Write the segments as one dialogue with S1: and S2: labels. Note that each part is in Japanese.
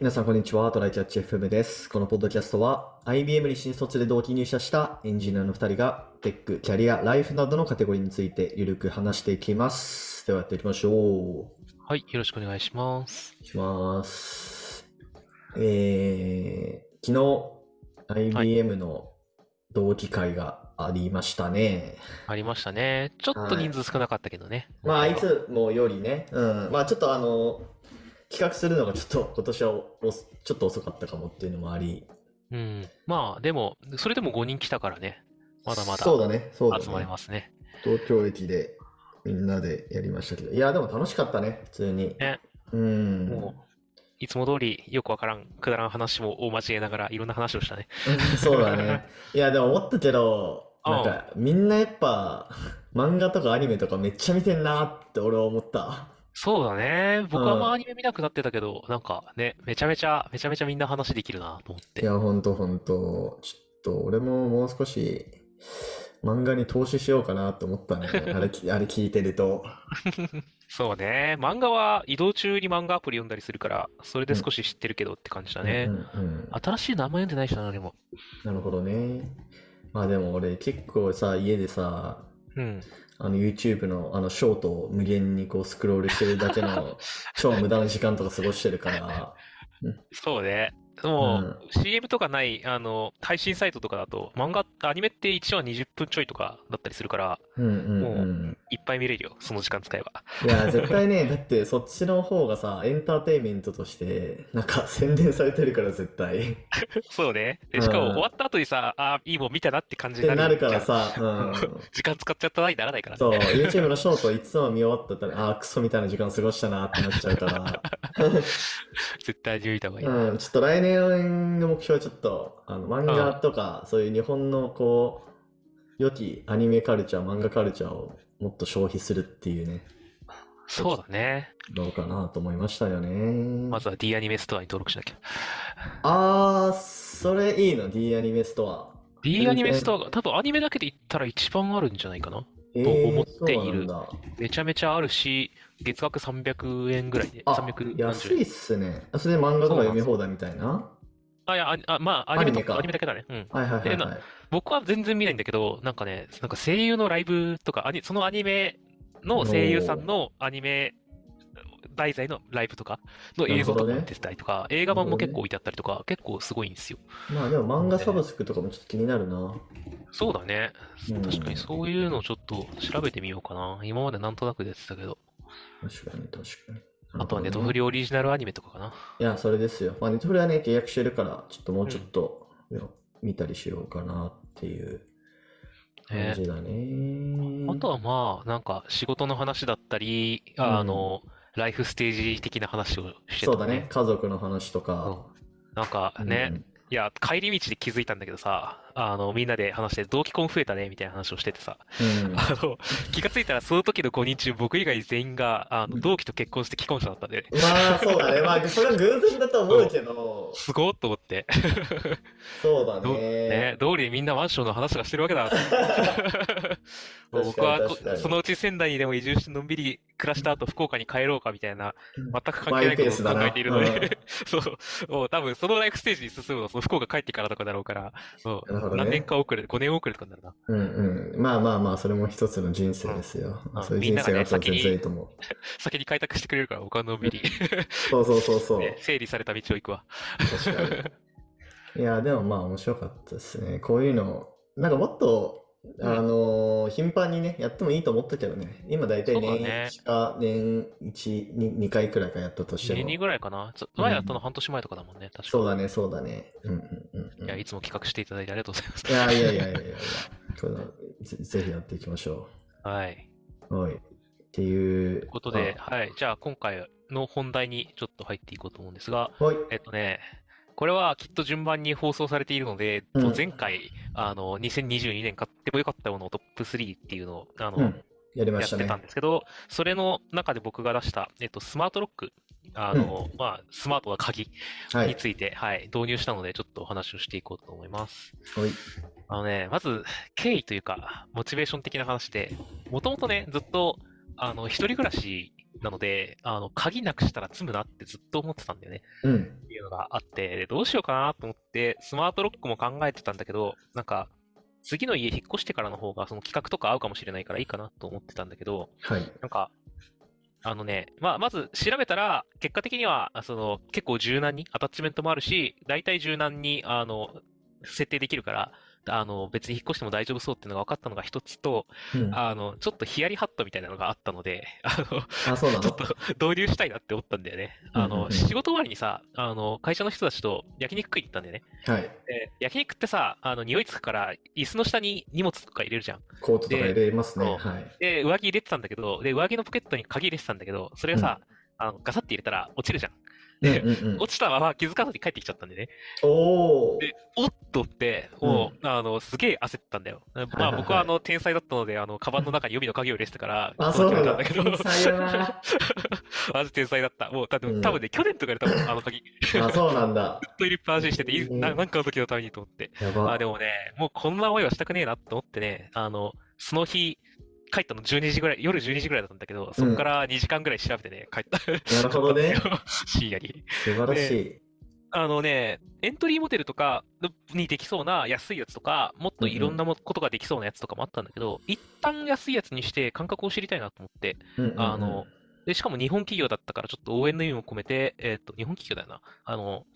S1: 皆さんこんにちは。トライキャッチ FM です。このポッドキャストは IBM に新卒で同期入社したエンジニアの2人がテック、キャリア、ライフなどのカテゴリーについてゆるく話していきます。ではやっていきましょう。お
S2: はい、よろしくお願いします。
S1: 願いします。えー、昨日
S2: はい
S1: IBM の同期会がありましたね。
S2: ありましたね。ちょっと人数少なかったけどね。
S1: まあ、い
S2: 今
S1: つもよりね、うん。まあ、ちょっとあの、企画するのがちょっと今年はおおちょっと遅かったかもっていうのもあり、
S2: 回はうん。まあ、でも、それでも5人来たからね。まだまだ
S1: そうだね、そうだね。
S2: 集まりますね。
S1: 東京駅でみんなでやりましたけど、いや、でも楽しかったね、普通に。
S2: ね
S1: うん。
S2: もう、いつも通りよくわからん、くだらん話も大交えながらいろんな話をしたね。
S1: そうだね。いや、でも思ったけど、
S2: うん
S1: なんか、みんなやっぱ、漫画とかアニメとかめっちゃ見てんなって俺は思った。
S2: そうだね。僕はま
S1: うん
S2: あアニメ見なくなってたけど、なんかね、めちゃめちゃ、めちゃめちゃみんな話できるなと思っ
S1: い
S2: て。
S1: や、ほんとほんと。ちょっと、俺ももう少し、漫画に投資しようかなと思 ったね。あれき、あれ聞いてると。
S2: そうね。漫画は移動中に漫画アプリ読んだりするから、それで少し知ってるけどって感じだね
S1: う。んうん。
S2: 新しい名前読んでないしな、でも。
S1: なるほどね。まあでも俺、結構さ、家でさ、
S2: うん。
S1: あの YouTube のあのショートを無限にこうスクロールしてるだけの超無駄な時間とか過ごしてるから、
S2: そうね。もう、CM とかない、あの、配信サイトとかだと、漫画、アニメって1話20分ちょいとかだったりするから、
S1: うんうんうん。
S2: いっぱい見れるよ、その時間使え ば。
S1: いや、絶対ね、だってそっちの方がさ、エンターテインメントとして、なんか宣伝されてるから絶対。
S2: そうね。
S1: うん
S2: で、しかも終わった後にさ、あーいいもん見たなって感
S1: っ
S2: じに
S1: て
S2: な
S1: なるから
S2: じゃん。
S1: さ、うん。
S2: 時間使っちゃったなにならないからね。
S1: そう、YouTube のショートいつも見終わったら、ああー、クソみたいな時間過ごしたなってなっちゃうから、
S2: 絶対に見た方がいいな。
S1: うん、ちょっと来年の目標はちょっと、あの、漫画とか、そういう日本のこう、良きアニメカルチャー、漫画カルチャーをもっと消費するっていうね、
S2: そうだね。
S1: どうかなと思いましたよね。
S2: まずは D アニメストアに登録しなきゃ。
S1: あー、それいいの、D アニメストア。
S2: D アニメストアが、多分アニメだけで言ったら一番あるんじゃないかな。
S1: え
S2: と
S1: ー
S2: 思ってい
S1: そうな
S2: る
S1: んだ。
S2: めちゃめちゃあるし、月額300円ぐらいで、
S1: あ、
S2: 340円。
S1: 安いっすね。あそれで漫画とか読み放題みたいな。
S2: あ、いや、ああまあ、アニメとか、
S1: ア
S2: ア
S1: ニメ
S2: ニメだけだね。うん。
S1: はいはいはい
S2: え
S1: はい
S2: な。僕は全然見ないんだけど、なんかね、なんか声優のライブとか、アニそのアニメの声優さんのアニメ題材のライブとかの映像とか
S1: なるほどね
S2: も出てたりとか、映画版も結構置いてあったりとか、結構すごいんですよ。
S1: まあでも漫画サブスクとかもちょっと気になるな。
S2: そうだね。
S1: うん
S2: 確かにそういうのをちょっと調べてみようかな。今までなんとなく出てたけど。
S1: 確かに確かに。
S2: あとはネットフリ
S1: を。
S2: オリジナルアニメとかかな。
S1: いや、それですよ。まあネットフリはね、契約してるから、ちょっともうちょっと、いや見たりしようかなっていう感
S2: ね
S1: じだね。
S2: あとはまあ、なんか仕事の話だったり、
S1: うん
S2: あの、ライフステージ的な話をして
S1: そう
S2: た
S1: だね。。家族の話とか。
S2: うんなんかね、
S1: うん
S2: いや、帰り道で気づいたんだけどさ、あの、みんなで話して、同期婚増えたね、みたいな話をしててさ、
S1: うん
S2: あの、気がついたらその時の5人中、僕以外全員が、あ
S1: うん
S2: の、同期と結婚して既婚者だったんでね、
S1: まあそうだ ね。まあそれは偶然だと思うけど、
S2: すごっと思って、
S1: そうだ
S2: ど
S1: ね
S2: ね、。道理でみんなマンションの話がしてるわけ だ。
S1: 確かに
S2: もう僕は
S1: 確かに
S2: そのうち仙台にでも移住してのんびり暮らした後、福岡に帰ろうかみたいな、
S1: うん
S2: 全く関係ないことを考えているの
S1: マイペースだな
S2: で、 そう、もう多分そのライフステージに進むの、その福岡帰ってからとかだろうから、も
S1: なるほど
S2: う
S1: ね
S2: 何年か遅れ、5年遅れとかになるな。
S1: うんうん。まあまあまあ、それも一つの人生ですよ
S2: う。ん
S1: そういう人生があったら全然いいと思う。
S2: 先に開拓してくれるから、僕はのんびり。
S1: そうそうそうそう。
S2: ね 整理された道を行くわ。
S1: 確かに。いや、でもまあ面白かったですね。こういうの、なんかもっと、
S2: うん
S1: あのー頻繁にね、やってもいいと思ったけどね。今大体
S2: そうだ
S1: 年
S2: ね
S1: 1か年1、2, 2回くらいかやったとして
S2: 2
S1: も。
S2: ぐらいかな。ちょ
S1: うん
S2: 前だったの半年前とかだもんね、確か
S1: そうだね、そうだね。うんうんうんうん。
S2: いや、いつも企画していただいてありがとうございます。
S1: いやいやいやいやいやいやこれぜぜひやっていきましょ
S2: はい。
S1: う。はい。っていう。
S2: ということで、はい。じゃあ、今回の本題にちょっと入っていこうと思うんですが、
S1: あ。はい。
S2: えっとね、これはきっと順番に放送されているので、
S1: うん
S2: 前回、あの、2022年買ってもよかったものをトップ3っていうのを、あの、
S1: うん。やりま
S2: や
S1: し
S2: っ
S1: た
S2: て
S1: ね。
S2: たんですけど、それの中で僕が出した、えっと、スマートロック、あの、まあ、スマートな鍵
S1: はい。
S2: について、はい、導入したので、ちょっとお話をしていこうと思います。
S1: はい。
S2: あのね、まず、経緯というか、モチベーション的な話で、もともとね、ずっと、あの、一人暮らしなので、あの、鍵なくしたら積むなってずっと思ってたんだよね。
S1: うん。
S2: いいうのがあって、でどうしようかなと思って、スマートロックも考えてたんだけど、なんか、次の家引っ越してからの方が、その企画とか合うかもしれないからいいかなと思ってたんだけど、
S1: はい。
S2: なんか、あのね、まあ、まず調べたら、結果的には、あその、結構柔軟に、アタッチメントもあるし、大体柔軟に、あの、設定できるから、あの、別に引っ越しても大丈夫そうっていうのが分かったのが一つと、
S1: うん、あ
S2: あの、ちょっとヒヤリハットみたいなのがあったので、あの、
S1: そうな
S2: ちょっ
S1: の
S2: と導入したいなって思ったんだよね。あ
S1: うんうんうん
S2: の、仕事終わりにさ、あの、会社の人たちと焼肉食いに行ったんだよね。
S1: はい。
S2: で焼肉ってさ、あの、匂いつくから、椅子の下に荷物とか入れるじゃん。
S1: コートとか入れますね。
S2: で
S1: はい。
S2: で、上着入れてたんだけど、で、上着のポケットに鍵入れてたんだけど、それがさ、あのガサッて入れたら落ちるじゃん。で、
S1: うんうんうん、
S2: 落ちたまま気づかずに帰ってきちゃったんでね。
S1: おー
S2: で、おっとって、もう、あの、すげえ焦ってたんだよ。ま
S1: はい
S2: あ
S1: はい
S2: 僕はあの、天才だったので、あの、カバンの中に予備の鍵を入れてたから、
S1: あ、そうなんだ。
S2: 届けたんだけど、
S1: さよなら。
S2: マジ天才だった。もう、だって
S1: うん
S2: 多分ね、去年とかで多分あの鍵、ず
S1: あ、そうなんだ。
S2: っと入れっぱなしにしてて、い
S1: うん
S2: ななんかの時のためにと思って。
S1: や
S2: まあ
S1: ば。
S2: でもね、もうこんな思いはしたくねえなと思ってね、あの、その日、帰ったの12時ぐらい、夜12時ぐらいだったんだけど、そこから2時間ぐらい調べてね、帰った。
S1: なるほどね。
S2: 深夜に。
S1: 素晴らしい。
S2: あのね、エントリーモデルとかにできそうな安いやつとか、もっといろんなもことができそうなやつとかもあったんだけど、一旦安いやつにして感覚を知りたいなと思って、
S1: うんうんうん
S2: あの、で、しかも日本企業だったからちょっと応援の意味も込めて、えっと、日本企業だよな。あの、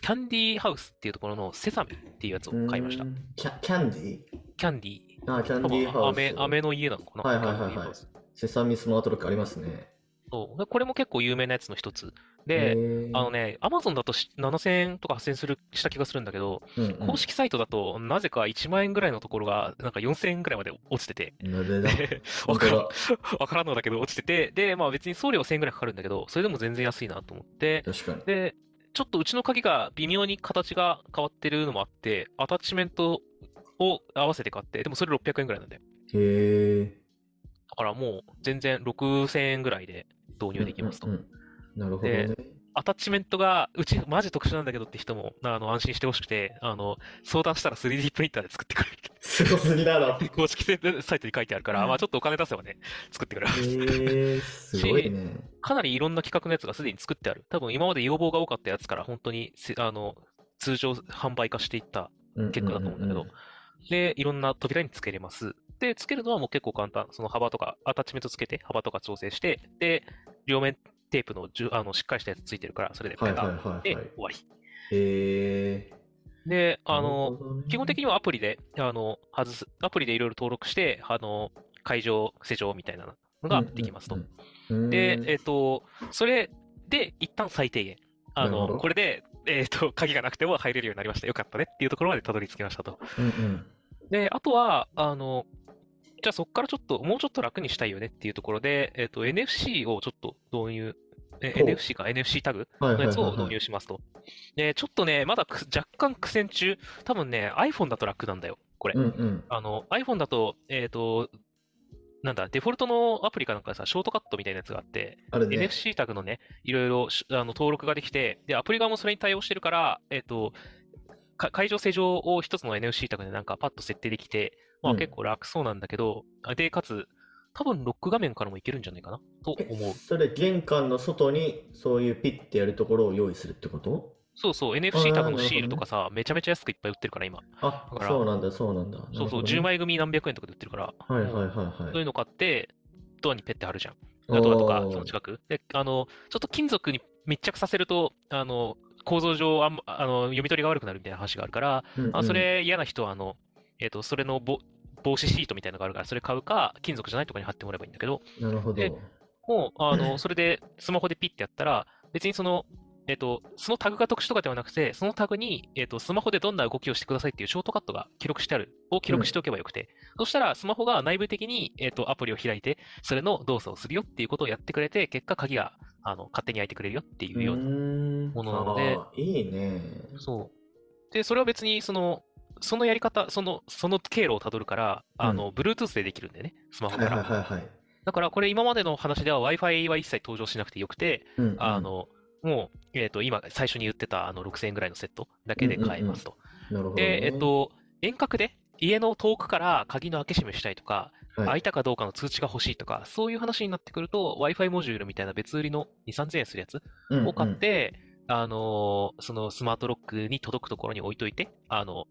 S2: キャンディーハウスっていうところのセサミっていうやつを買いました
S1: う。んキャキャンディ
S2: キャンディー。
S1: ーあ、キャンデ
S2: 多
S1: ィー
S2: 分
S1: ハウス。
S2: 飴、飴の家なのかな。
S1: はいはいはいはい
S2: キャンディーハウス
S1: セサミスマートロックありますね。
S2: そうでこれも結構有名なやつの一つ。
S1: へ
S2: で、
S1: ー
S2: あの、ね、アマゾンだとし7000円とか8000円するした気がするんだけど、
S1: うんうん
S2: 公式サイトだと、なぜか1万円ぐらいのところが、なんか4000円ぐらいまで落ちてて、
S1: なぜだ
S2: わからん
S1: 本、
S2: わからんのだけど落ちてて、で、まあ別に送料1000円ぐらいかかるんだけど、それでも全然安いなと思って、
S1: 当だ確かに。
S2: で、ちょっとうちの鍵が微妙に形が変わってるのもあって、アタッチメントを合わせて買って、でもそれ600円ぐらいなんだよ。
S1: へえ。
S2: だからもう全然6000円ぐらいで導入できますと
S1: うん。うんうんなるほどね。
S2: アタッチメントがうちマジ特殊なんだけどって人もあの安心してほしくてあの相談したら 3D プリンターで作ってくれるっ
S1: すごすぎだ ろ。へ
S2: て公式サイトに書いてあるから、まあ、ちょっとお金出せばね作ってくれます
S1: え、すごいね。
S2: かなりいろんな企画のやつがすでに作ってある多分今まで要望が多かったやつから本当にせあの通常販売化していった結果だと思うんだけど、でいろんな扉につけれますでつけるのはもう結構簡単その幅とかアタッチメントつけて幅とか調整してで両面テープのじゅあのしっかりしたやつついてるからそれで
S1: はい
S2: ペ
S1: はい
S2: タッ
S1: はい
S2: で
S1: はい
S2: 終。わり
S1: へえ。
S2: で、あ
S1: なる
S2: の、
S1: ほどね
S2: 基本的にはアプリで、あの、外す、アプリでいろいろ登録して、あの、会場、施錠みたいなのができますと。。
S1: うん
S2: で、えっ、と、それで、一旦最低限。あ
S1: なるほ
S2: の、
S1: ど
S2: これで、えっ、と、鍵がなくても入れるようになりました。よかったねっていうところまでたどり着きましたと。
S1: うんうん
S2: で、あとは、あの、じゃあそこからちょっと、もうちょっと楽にしたいよねっていうところで、えっ、と、NFC をちょっと導入、え
S1: ほう
S2: NFC か、NFC タグ
S1: はいはい
S2: のや
S1: はい
S2: つを
S1: は
S2: 導
S1: い。
S2: 入しますと。で、ちょっとね、まだく若干苦戦中。多分ね、iPhone だと楽なんだよ、これ
S1: う。んうん。
S2: あの、iPhone だと、えっ、と、なんだ、デフォルトのアプリかなんかでさ、ショートカットみたいなやつがあって、
S1: あるね。
S2: NFC タグのね、いろいろしあの登録ができて、で、アプリ側もそれに対応してるから、えっ、と、か会場施錠を一つの NFC タグでなんかパッと設定できて、ま
S1: う
S2: あ
S1: ん
S2: 結構楽そうなんだけど、あで、かつ、多分ロック画面からもいけるんじゃないかなと思う。
S1: それ玄関の外にそういうピッてやるところを用意するってこと
S2: そうそう、
S1: あー
S2: NFC タ
S1: なるほ
S2: グのシー
S1: どね
S2: ルとかさ、めちゃめちゃ安くいっぱい売ってるから、今。
S1: あ
S2: だから
S1: そうなんだそうなんだ
S2: そうそ
S1: な
S2: う、
S1: る
S2: 10
S1: ほどね
S2: 枚組何百円とかで売ってるから、
S1: はいはい
S2: もう
S1: はい
S2: そう
S1: は
S2: いう
S1: い
S2: の買って、ドアにペッて貼るじゃん。
S1: お
S2: ドアとか、
S1: ー
S2: その近く。で、あの、ちょっと金属に密着させると、あの、構造上あんま、あの、読み取りが悪くなるみたいな話があるから、
S1: うんうん
S2: あそれ嫌な人は、あの、えっ、と、それのぼ防止シートみたいなのがあるから、それ買うか、金属じゃないところに貼ってもらえばいいんだけど、
S1: なるほど
S2: でもう、あの、それで、スマホでピッてやったら、別にその、えっ、と、そのタグが特殊とかではなくて、そのタグに、えっ、と、スマホでどんな動きをしてくださいっていうショートカットが記録してある、を記録しておけばよくて、そしたら、スマホが内部的に、えっ、と、アプリを開いて、それの動作をするよっていうことをやってくれて、結果、鍵が、あの、勝手に開いてくれるよっていうような。
S1: も
S2: ものなので
S1: いいね
S2: そう。で、それは別に、その、そのやり方、その、その経路をたどるから、あの、Bluetooth でできるんだよね、スマホ
S1: は
S2: か
S1: いは
S2: ら。
S1: いはいはい
S2: だから、これ今までの話では Wi-Fi は一切登場しなくてよくて、
S1: うんうん
S2: あの、もう、えっ、と、今、最初に言ってた、あの、6000円ぐらいのセットだけで買えますと。
S1: なるほどね
S2: で、えっ、と、遠隔で、家の遠くから鍵の開け閉めしたいとか、
S1: はい
S2: 開いたかどうかの通知が欲しいとか、そういう話になってくると、Wi-Fi モジュールみたいな別売りの2、3000円するやつ
S1: うんうん
S2: を買って、あのーそのスマートロックに届くところに置いといて、あの、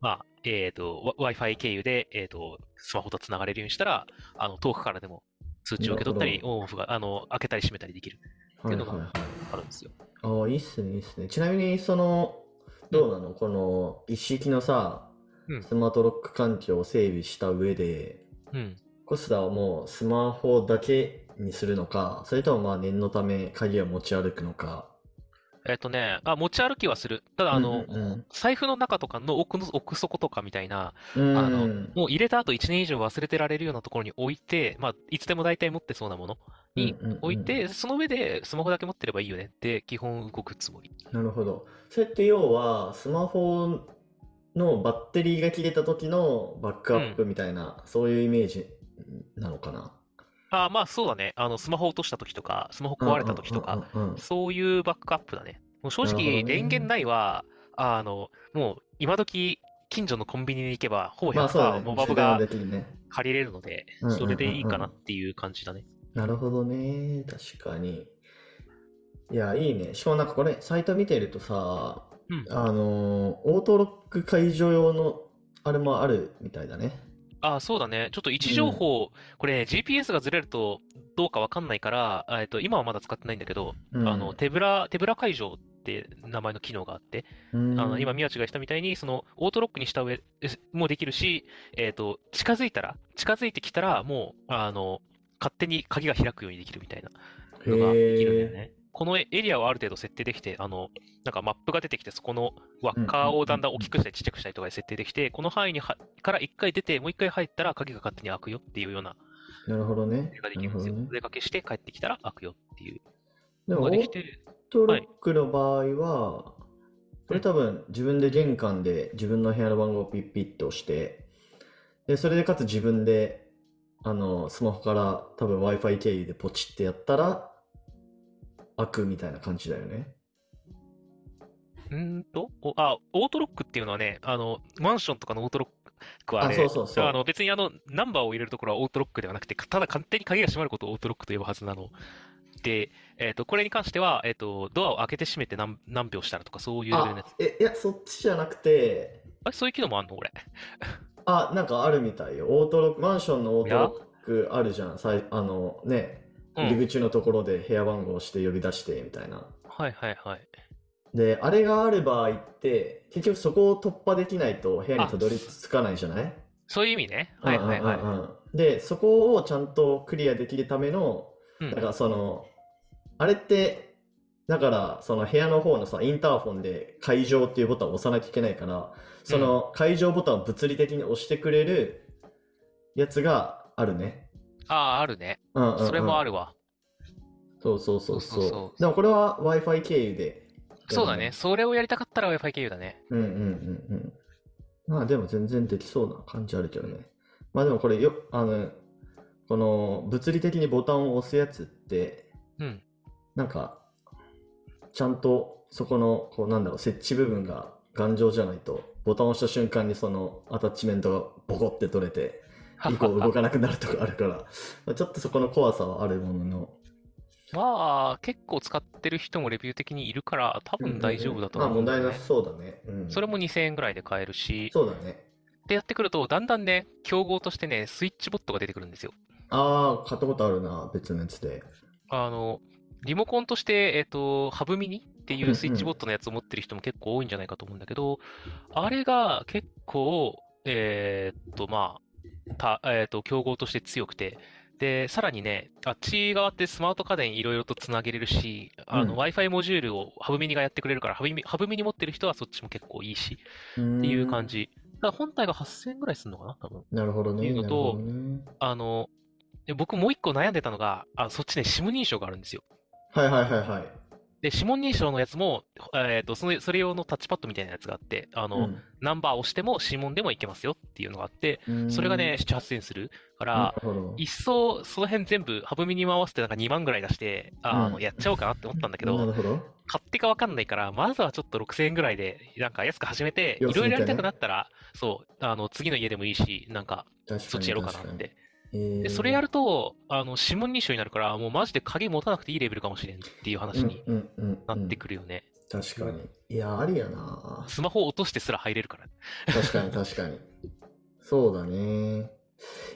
S2: まあ、えっ、と、Wi- Wi-Fi 経由で、えっ、と、スマホと繋がれるようにしたら、あの、遠くからでも通知を受け取った
S1: な
S2: り
S1: る、
S2: オンオフが、あの、開けたり閉めたりできるって
S1: はいいうは
S2: の
S1: い
S2: が
S1: はい。
S2: あるんですよ。
S1: ああ、いいっすね、いいっすね。ちなみに、その、どうなのこの、一式のさ
S2: うん、
S1: スマートロック環境を整備した上で、
S2: うん。
S1: コスダはもうスマホだけにするのか、それともまあ念のため鍵を持ち歩くのか。
S2: えっ、とね、あ、持ち歩きはする。ただ、あの、
S1: うんうん
S2: 財布の中とかの奥の奥底とかみたいな、
S1: うん、
S2: あの
S1: うん
S2: もう入れた後1年以上忘れてられるようなところに置いて、まあ、いつでも大体持ってそうなものに
S1: うんうんうん
S2: 置いて、その上でスマホだけ持ってればいいよねって、基本動くつもり。
S1: なるほど。それって要は、スマホのバッテリーが切れた時のバックアップみたいな、そういうイメージなのかな。
S2: あまあそうだね。あの、スマホ落とした時とか、スマホ壊れた時とか、
S1: うんうんうんうん。
S2: そういうバックアップだね。もう正
S1: なるほど
S2: 直、
S1: ね
S2: 電源ないは、あの、もう今時、近所のコンビニに行けば、ほぼ
S1: まあそうだね
S2: 100%モバブ
S1: 充電は
S2: が
S1: できるね。
S2: 借りれるので
S1: うんうんうんう、ん
S2: それでいいかなっていう感じだね。
S1: なるほどね。確かに。いや、いいね。しかもなんかこれ、サイト見てるとさ、
S2: うん。
S1: あのーオートロック解除用のあれもあるみたいだね。
S2: あ、そうだね。ちょっと位置
S1: うん
S2: 情報、これね、GPS がずれるとどうかわかんないから、あえっと、今はまだ使ってないんだけど、
S1: うん
S2: あの、手ぶら、手ぶら解除って名前の機能があって、
S1: うん
S2: あの、今、宮地が言ったみたいに、その、オートロックにした上えもできるし、えっと、近づいたら、近づいてきたら、もう、あの、勝手に鍵が開くようにできるみたいなのができるんだよね。このエリアをある程度設定できて、あの、なんかマップが出てきて、そこの輪っかをだんだん大きくしたりちっちゃくしたりとかで設定できて、この範囲にはから一回出て、もう一回入ったら鍵が勝手に開くよっていうような
S1: なるほどね
S2: 設定が。
S1: な
S2: でき
S1: る
S2: るん
S1: ほ
S2: で
S1: ど
S2: すよ。
S1: ね
S2: お。出かけして帰ってきたら開くよっていう
S1: で
S2: の
S1: も、オ
S2: が
S1: ー
S2: できて、
S1: トロックの場合は、これ多分自分で玄関で自分の部屋の番号をピッピッと押して、で、それでかつ自分で、あの、スマホから多分 Wi-Fi 経由でポチってやったら、開くみたいな感じだよね。
S2: うーんと、おあ、オートロックっていうのはね、あの、マンションとかのオートロックはあ
S1: あ、
S2: れ、
S1: そうそうそう。
S2: あの別にあのナンバーを入れるところはオートロックではなくて、ただ勝手に鍵が閉まることをオートロックと呼ぶはずなので、えー、とこれに関しては、えー、とドアを開けて閉めて何何秒したらとかそういうレベルのや
S1: あ
S2: つ、
S1: え、いや、そっちじゃなくて、
S2: あそういう機能もあんの俺
S1: あ、なんかあるみたいよ。オートロック、マンションのオートロックあるじゃん。さい、あのね、
S2: うん
S1: 入り口のところで部屋番号をして呼び出してみたいな。
S2: はいはいはい
S1: で、あれがある場合って、結局そこを突破できないと部屋にたどり着かないじゃない
S2: そういう意味ねはいはいはい、
S1: うんうんうんうんで、そこをちゃんとクリアできるための、
S2: うん
S1: だからその、あれって、だからその部屋の方のさ、インターフォンで会場っていうボタンを押さなきゃいけないから、その会場ボタンを物理的に押してくれるやつがあるね。
S2: あああるね
S1: うんうんうん
S2: それもあるわ、
S1: そうそうそうそう。
S2: そうそうそう
S1: でもこれは Wi-Fi 経由で。
S2: そうだねそれをやりたかったら Wi-Fi 経由だね
S1: うんうんうんうん。まあでも全然できそうな感じあるけどね。まあでもこれよ、あの、この物理的にボタンを押すやつって、
S2: うん
S1: なんか、ちゃんとそこの、こうなんだろう、設置部分が頑丈じゃないと、ボタンを押した瞬間にそのアタッチメントがボコって取れて、以降動かなくなるとかあるから、まあちょっとそこの怖さはあるものの、
S2: まあ結構使ってる人もレビュー的にいるから多分大丈夫だと
S1: まあ
S2: 思
S1: 問
S2: うんだ
S1: 題
S2: よ
S1: な
S2: ね
S1: さそうだね。うん、
S2: それも2000円ぐらいで買えるし
S1: そうだね。
S2: ってやってくるとだんだんね競合としてねスイッチボットが出てくるんですよ
S1: ああ、買ったことあるな、別のやつで。
S2: あの、リモコンとして、えっと、ハブミニってい
S1: んう
S2: うんスイッチボットのやつを持ってる人も結構多いんじゃないかと思うんだけど、あれが結構、えーっと、まあ、た、えーっと、競合として強くて、で、さらにね、あっち側ってスマート家電いろいろとつなげれるし、あの、
S1: うん
S2: Wi-Fi モジュールをハブミニがやってくれるから、ハブミ、ハブミニ持ってる人はそっちも結構いいし、
S1: って
S2: っていう感。じ。だから本体が8000円ぐらいするのかな、多分。
S1: なるほどね。
S2: っていうのと
S1: なるほどね
S2: あの、で僕もう一個悩んでたのが、あ、そっちね、指紋認証があるんですよ。
S1: はいはいはいはい。
S2: で、指紋認証のやつも、えー、とそのそれ用のタッチパッドみたいなやつがあって、あのナンバーを押しても指紋でもいけますよっていうのがあって、
S1: うん
S2: それがね、、7、8000円するか
S1: うんな
S2: ら、
S1: るほど。
S2: 一層その辺全部、ハブミニも合わせてなんか2万ぐらい出して、ああの
S1: うん
S2: やっちゃおうかなって思ったんだけ
S1: な
S2: ど、
S1: るほど。
S2: 買ってか分かんないから、まずはちょっと6000円ぐらいで、なんか安く始めて、い
S1: 様
S2: ろ
S1: 子見て
S2: いろ
S1: ね
S2: やりたくなったら、そう、あの次の家でもいいし、なんか
S1: 確かに
S2: そっちやろうかなっ
S1: 確かにい
S2: て。で、それやると、あの、指紋認証になるから、もうマジで鍵持たなくていいレベルかもしれんっていう話に
S1: うんうんうん、
S2: なってくるよね。
S1: 確かに。いや、ありやな。
S2: スマホを落としてすら入れるから。
S1: 確かに確かに。そうだね。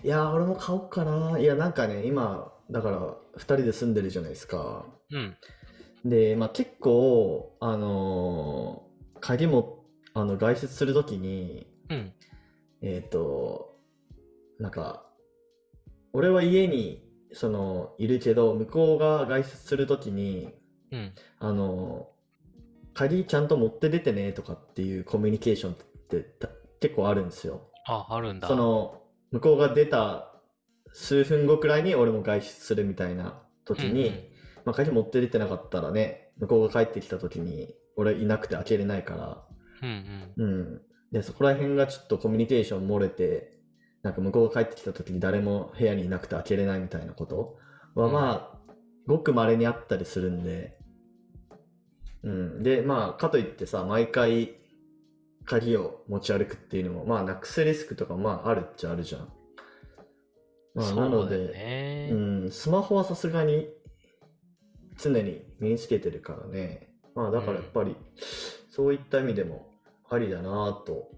S1: いや、俺も買おうかな。いや、なんかね、今、だから、2人で住んでるじゃないですか。
S2: うん。
S1: で、まあ、結構、あのー鍵も、あの、外出するときに、
S2: うん。
S1: えっ、と、なんか、俺は家に、その、いるけど、向こうが外出するときに、
S2: うん。
S1: あの、鍵ちゃんと持って出てねとかっていうコミュニケーションってた結構あるんですよ。
S2: あ、あるんだ。
S1: その、向こうが出た数分後くらいに俺も外出するみたいな時に、
S2: うんうん
S1: まあ、鍵持って出てなかったらね、向こうが帰ってきた時に俺いなくて開けれないから、
S2: うんうん。
S1: うん。で、そこら辺がちょっとコミュニケーション漏れて、なんか向こうが帰ってきた時に誰も部屋にいなくて開けれないみたいなことは、
S2: うん
S1: まあ、ごく稀にあったりするんで、うん。で、まあ、かといってさ、毎回、鍵を持ち歩くっていうのも、まあ、なくすリスクとか、まあ、あるっちゃあるじゃん。まあ、
S2: そう
S1: なの
S2: だよ
S1: で、
S2: ね。
S1: うん、スマホはさすがに常に身につけてるからね。まあだからやっぱり、そういった意味でもありだなぁと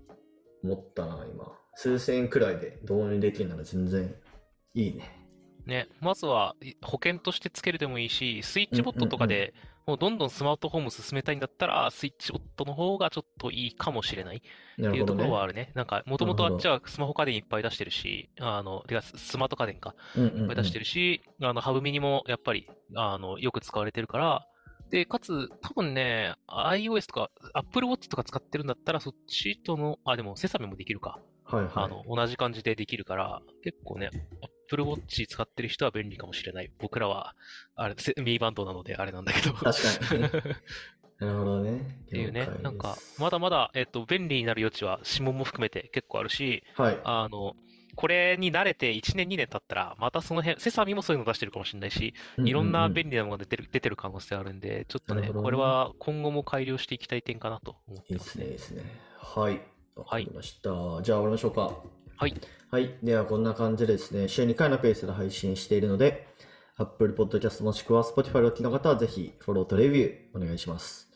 S1: 思ったな、今。数千円くらいで導入できるなら全然いいね。
S2: ね、まずはい保険としてつけるでもいいし、スイッチボットとか
S1: うんうん
S2: でもうどんどんスマートフォンも進めたいんだったら、スイッチボットの方がちょっといいかもしれないっ
S1: な
S2: てい
S1: る
S2: う
S1: ほ
S2: と
S1: ど
S2: ころ
S1: ね
S2: は。あるね。なんか、もともとあっちはスマホ家電いっぱい出してるし、あの、てかススマート家電か、
S1: うん
S2: いっぱい出してるし、あの、ハブミニもやっぱり、あの、よく使われてるから、で、かつ、多分ね、iOS とか Apple Watch とか使ってるんだったら、そっちとの、あ、でも、セサミもできるか。
S1: うんうん。はいはい。
S2: あの、同じ感じでできるから、結構ね、Apple Watch 使ってる人は便利かもしれない。僕らは、あれ、セミーバンドなのであれなんだけど。
S1: 確 かにね
S2: っ
S1: なるほどね。って
S2: いうね、なんか、まだまだ、えっと、便利になる余地は指紋も含めて結構あるし、
S1: はい。
S2: あの、これに慣れて1年2年経ったら、またその辺、セサミもそういうの出してるかもしれないし、いろんな便
S1: 利。
S2: 利なものが出てる、出てる可能性あるんで、ちょっと
S1: な
S2: ね、
S1: るほどね
S2: これは今後も改良していきたい点かなと思っ
S1: い
S2: て
S1: い
S2: ま
S1: ですす
S2: ね。
S1: ね、いいですね。はい。わかりました。じゃあ終わりましょうか。
S2: はい。
S1: はい。では、こんな感じでですね、週2回のペースで配信しているので、Apple Podcast もしくは Spotify をお聞きの方は、ぜひフォローとレビューお願いします。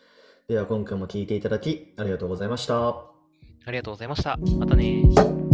S1: では、今回も聞いていただき、ありがとうございました。
S2: ありがとうございました。またねー。